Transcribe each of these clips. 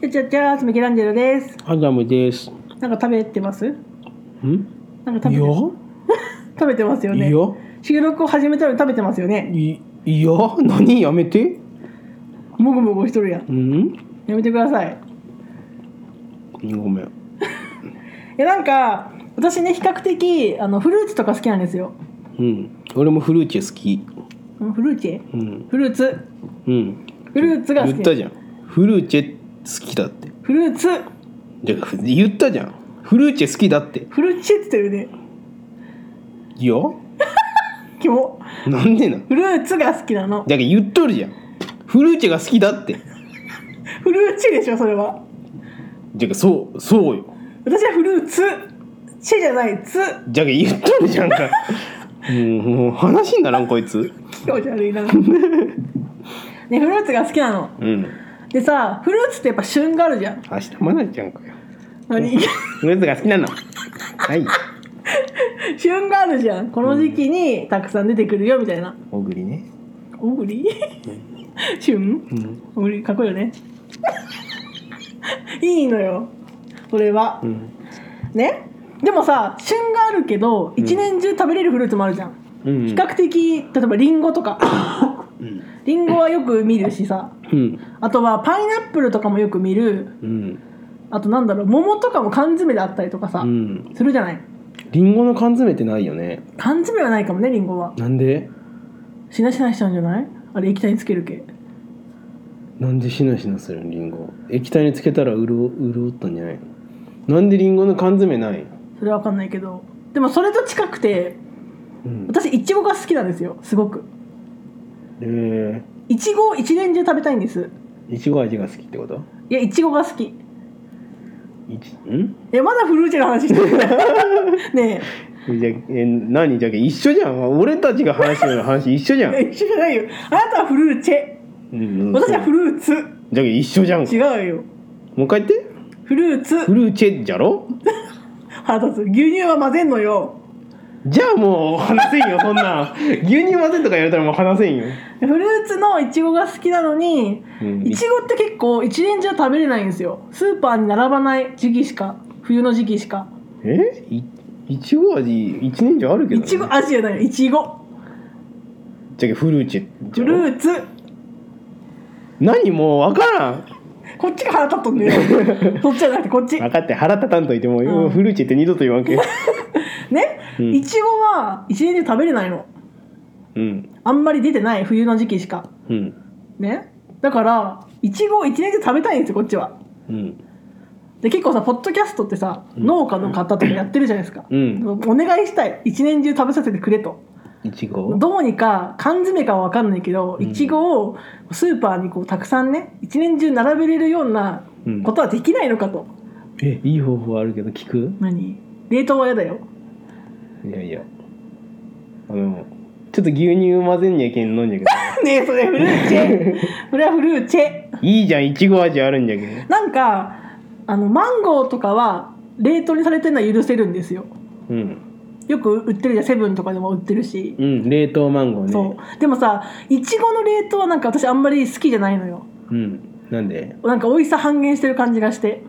じゃじゃじゃーつミケランジェロです。アダムです。んなんか食べてます？なんか食べていよ食べてますよいね。よ収録を始めたら食べてますよね。いいよ何やめてもぐもぐしとるやん。うんやめてください。ごめんいやなんか私ね比較的あのフルーツとか好きなんですよ。うん俺もフルーチェ好きんフルーチェ？うんフルーツ。うんフルーツが好言ったき。じゃんフルーチェ好きだってフルーツ。だから言ったじゃんフルーチェ好きだってフルーチェって言ってるね。いよキモ。なんでなんだかフルーツが好きなの。ら言っとるじゃんフルーチェが好きだってだかフルーチェでしょそれは。らそうそうよ私はフルーツ。チェじゃないツ。だから言っとるじゃん かうんもう話にならんこいつ気持ち悪い な。ねフルーツが好きなの。うんでさフルーツってやっぱ旬があるじゃん明日まなちゃんかよ何フルーツが好きなのはい 旬があるじゃんこの時期にたくさん出てくるよみたいな小栗ね小栗旬うん小栗かっこいいよね いいのよこれはう、んねでもさ旬があるけど一年中食べれるフルーツもあるじゃん、うん比較的例えばリンゴと かうんリンゴはよく見るしさうんあとはパイナップルとかもよく見るうんあとなんだろう桃とかも缶詰であったりとかさ、うんするじゃないリンゴの缶詰ってないよね缶詰はないかもねリンゴはなんでしなしなしちゃうんじゃないあれ液体につける系なんでしなしなするのリンゴ液体につけたらうるお潤ったんじゃないのなんでリンゴの缶詰ないのそれは分かんないけどでもそれと近くてうん私いちごが好きなんですよすごくえいちごを一年中食べたいんですー、いちご味が好きってこといやいちごが好きいちんえまだフルーチェの話して るねじゃえ何じゃけ一緒じゃん俺たちが話してるの話一緒 じゃん、え一緒じゃないよあなたはフルーチェうんうん私はフルーツじゃけ一緒じゃんもう違うよ一回言ってフルーツフルーチェじゃろ腹立つ牛乳は混ぜんのよじゃあもう話せ んよそんな牛乳混ぜとか言われたらもう話せんよ、フルーツのいちごが好きなのにうんいちごって結構一年中食べれないんですよスーパーに並ばない時期しか冬の時期しかえいいちご味一年中あるけいど、ね、ちご味じゃないいちごじゃけフルーチェフルーツ何もう分からんこっちが腹立っとんだ よそっちじゃなくてこっち分かって腹立たんといてもう、うんフルーチェって二度と言わ んけねうんいちごは一年中食べれないのうんあんまり出てない冬の時期しかうんねだからいちごを一年中食べたいんですよこっちはうんで結構さポッドキャストってさ、農家の方とかやってるじゃないですか、うんお願いしたい一年中食べさせてくれといちごどうにか缶詰かは分かんないけどうんいちごをスーパーにこうたくさんね一年中並べれるようなうんことはできないのかと、えいい方法あるけど聞く何冷凍は嫌だよいやいやあのちょっと牛乳混ぜんにゃいけんのんじゃけ ど ねえそれフルーチェ それはフルーチェいいじゃんいちご味あるんじゃけどなんかあのマンゴーとかは冷凍にされてるのは許せるんですようんよく売ってるじゃんセブンとかでも売ってるし、うん冷凍マンゴーねそうでもさいちごの冷凍はなんか私あんまり好きじゃないのようんなんでなんか美味しさ半減してる感じがして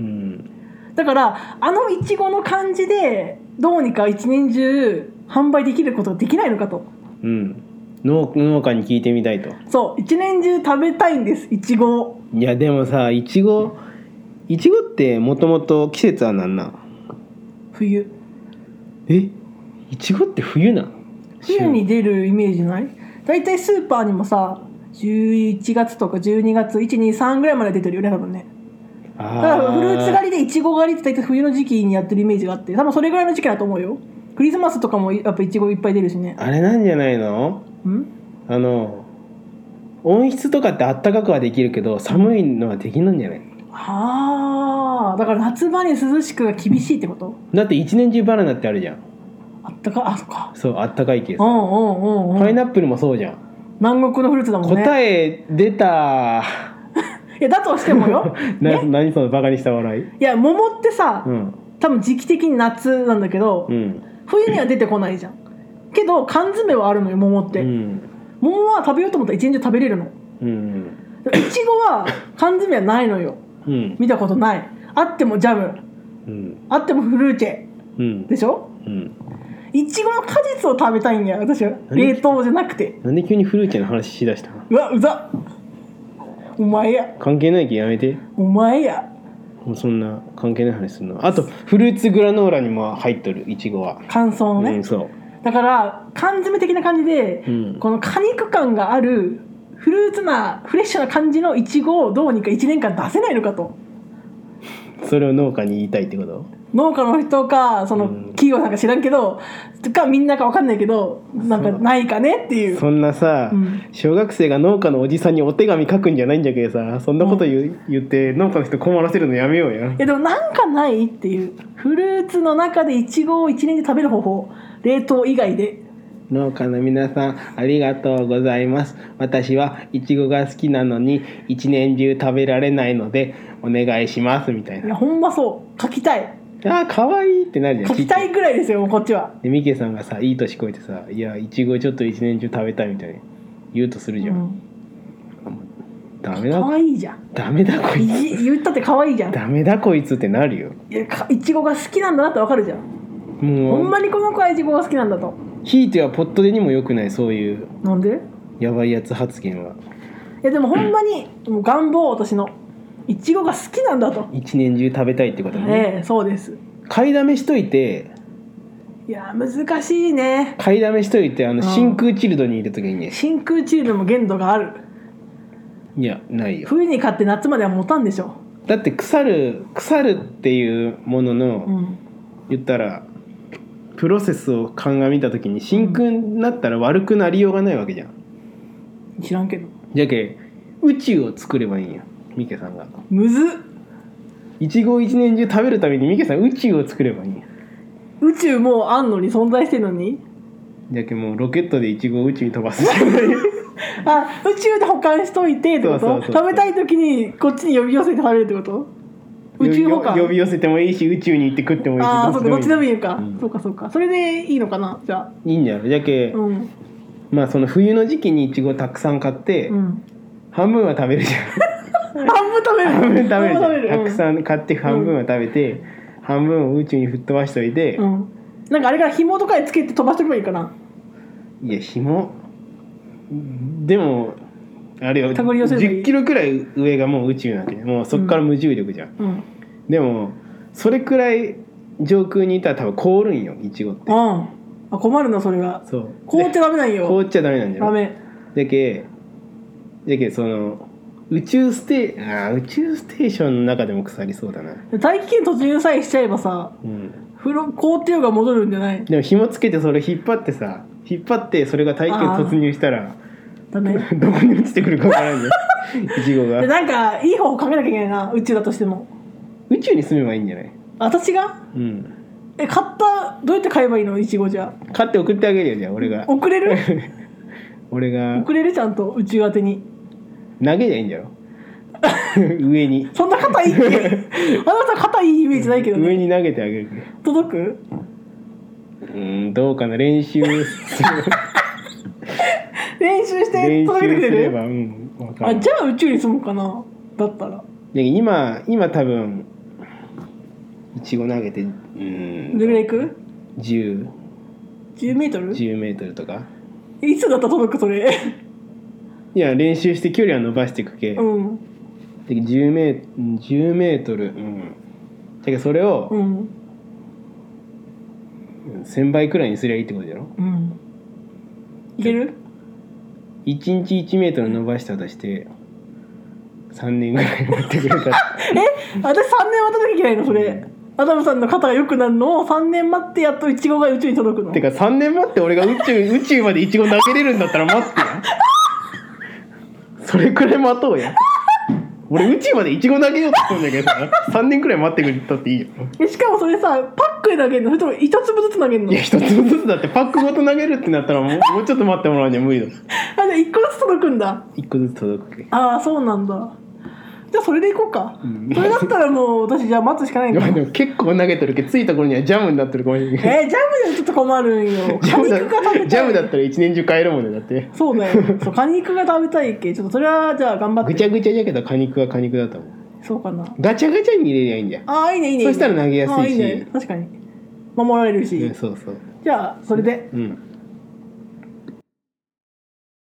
うんだからあのいちごの感じでどうにか一年中販売できることができないのかとうん農農家に聞いてみたいとそう一年中食べたいんですいちごをいやでもさいちごいちごってもともと季節はなんなん冬えいちごって冬な冬に出るイメージない大体スーパーにもさ11月とか12月123ぐらいまで出てるよね多分ねあだからーフルーツ狩りでイチゴ狩りって大体冬の時期にやってるイメージがあって多分それぐらいの時期だと思うよクリスマスとかもやっぱイチゴいっぱい出るしねあれなんじゃないのうんあの温室とかってあったかくはできるけど寒いのはできないんじゃないはあだから夏場に涼しくが厳しいってことだって一年中バナナってあるじゃんあったかあそっかそうあったかいケーうスんうんうんうんパイナップルもそうじゃん南国のフルーツだもんね答え出たいやだとしてもよな 何そのバカにした笑いいや桃ってさ、うん多分時期的に夏なんだけど、うん冬には出てこないじゃんけど缶詰はあるのよ桃っうて、ん 桃は食べようと思ったら一年中食べれるのうんいちごは缶詰はないのようん見たことないあってもジャムうんあってもフルーチェうんでしょうんいちごの果実を食べたいんや私は何冷凍じゃなくてなんで急にフルーチェの話しだしたのうわうざお前や関係ないけやめてお前やもうそんな関係ない話するのあとフルーツグラノーラにも入っとるいちごは、乾燥のね、うんそうだから缶詰的な感じで、うんこの果肉感があるフルーツなフレッシュな感じのいちごをどうにか1年間出せないのかとそれを農家に言いたいってこと農家の人かそのうん企業なんか知らんけど、かみんなか分かんないけどなんかそうないかねっていうそんなさ、うん小学生が農家のおじさんにお手紙書くんじゃないんじゃけどさそんなこと言,、う言って農家の人困らせるのやめようやえでもなんかないっていうフルーツの中でいちごを1年で食べる方法冷凍以外で農家の皆さんありがとうございます私はいちごが好きなのに一年中食べられないのでお願いしますみたいいなやほんまそう書きたいあーかわいいってなるじゃん書きたいぐらいですよもうこっちは、でミケさんがさいい年こいてさ「いやいちごちょっと一年中食べたい」みたいに言うとするうじゃん、ん、ダメかだわいいじゃんダメだこいいつ言ったってかわいいじゃんダメだこいつってなるよいやかいちごが好きなんだなってわかるじゃん、もうほんまにこの子はいちごが好きなんだとひいてはポットでにも良くないそういうなんでやばいやつ発言はいやでもほんまにもう願望私のいちごが好きなんだと、一年中食べたいってことね、ええそうです買いだめしといていや難しいね買いだめしといてあのうん真空チルドにいる時にね真空チルドも限度があるいやないよ冬に買って夏までは持たんでしょだって腐る腐るっていうものの、うん言ったらプロセスを鑑みた時に真空になったら悪くなりようがないわけじゃん知らんけどじゃけ宇宙を作ればいいんやミケさんがむずっいちごを一年中食べるためにミケさん宇宙を作ればいいんや宇宙もうあんのに存在してんのにじゃけもうロケットでいちごを宇宙に飛ばすじゃないあ宇宙で保管しといてってことそうそうそうそ食うべたい時にこっちに呼び寄せて食べるってこと 宇宙保管呼び寄せてもいいし宇宙に行って食ってもいいしああそうかどっちでもいいいいのか、うんそうかそうかそれでいいのかなじゃあいいんじゃないじゃけ、うんまあその冬の時期にいちごたくさん買って、うん半分は食べるじ半分食べゃ んる半分食べるじゃんうたくさん買って半分は食べて、半分を宇宙に吹っ飛ばしといて、うんなんかあれから紐とかにつけて飛ばしておけばいいかないや紐でもあれよ手繰り寄せればいい10キロくらい上がもう宇宙なわけねもうそっから無重力じゃん、うんうんでもそれくらい上空にいたら多分凍るんよいちごってあ困るなそれはそう凍っちゃダメなんで凍よっちゃダメなんじゃダんメだけだけその宇宙ステーあー宇宙ステーションの中でも腐りそうだな大気圏突入さえしちゃえばさうん風呂凍ってようが戻るんじゃないでも紐つけてそれ引っ張ってさ引っ張ってそれが大気圏突入したらダメどこに落ちてくるかわからんじゃ んいちごでがなんかいい方法考えなきゃいけないな宇宙だとしても宇宙に住めばいいんじゃない私がうんえ買ったどうやって買えばいいのいちごじゃ買って送ってあげるよじゃあ俺が送れる 俺が送れるちゃんと宇宙宛てに投げりゃいいんだよ 上にそんな硬いっけあなた硬いイメージないけど上ねに投げてあげる届くうんどうかな練習す れば練習して練習届すけてくれれるばうんわかあるじゃあ宇宙に住むかなだったらで今今多分いちご投げてうどれぐらいん行く10 10メートル10メートルとかいつだったら届くそれいや練習して距離は伸ばしていくけ、うんで10メー10メートルうんだけどそれうをん1000倍くらいにすりゃいいってことだろうんいける1日1メートル伸ばしたとして3年ぐらい持ってくるから え私3年待たなきゃいけないのそれアダムさんの肩が良くなるのを3年待ってやっとイチゴが宇宙に届くのてか3年待って俺が宇宙宇宙までイチゴ投げれるんだったら待ってやそれくらい待とうや俺宇宙までイチゴ投げようと思うんだけどさ3年くらい待ってくれたっていいよえしかもそれさパックで投げるのそれとも1粒ずつ投げるのいや一つずつだってパックごと投げるってなったらもうもうちょっと待ってもらうには無理だあじゃあ1個ずつ届くんだ1個ずつ届くけああそうなんだじゃあそれでいこうか、んそれだったらもう私じゃあ待つしかないんでだもでも結構投げてるけど着いた頃にはジャムになってるかもしれないえー、ジャムでもちょっと困るんよ。 ジャ果ムだ肉が食べたい。ジャムだったら一年中買えるもんねだってそうだよ。そう果肉が食べたいっけ。ちょっとそれはじゃあ頑張っぐて。ちゃぐちゃじゃけど果肉は果肉だと思うそうかなガチャガチャに入れりゃいいんじゃんああいいねいいねそしたら投げやすいしあーね確かに守られるし、うんそうそうじゃあそれでうん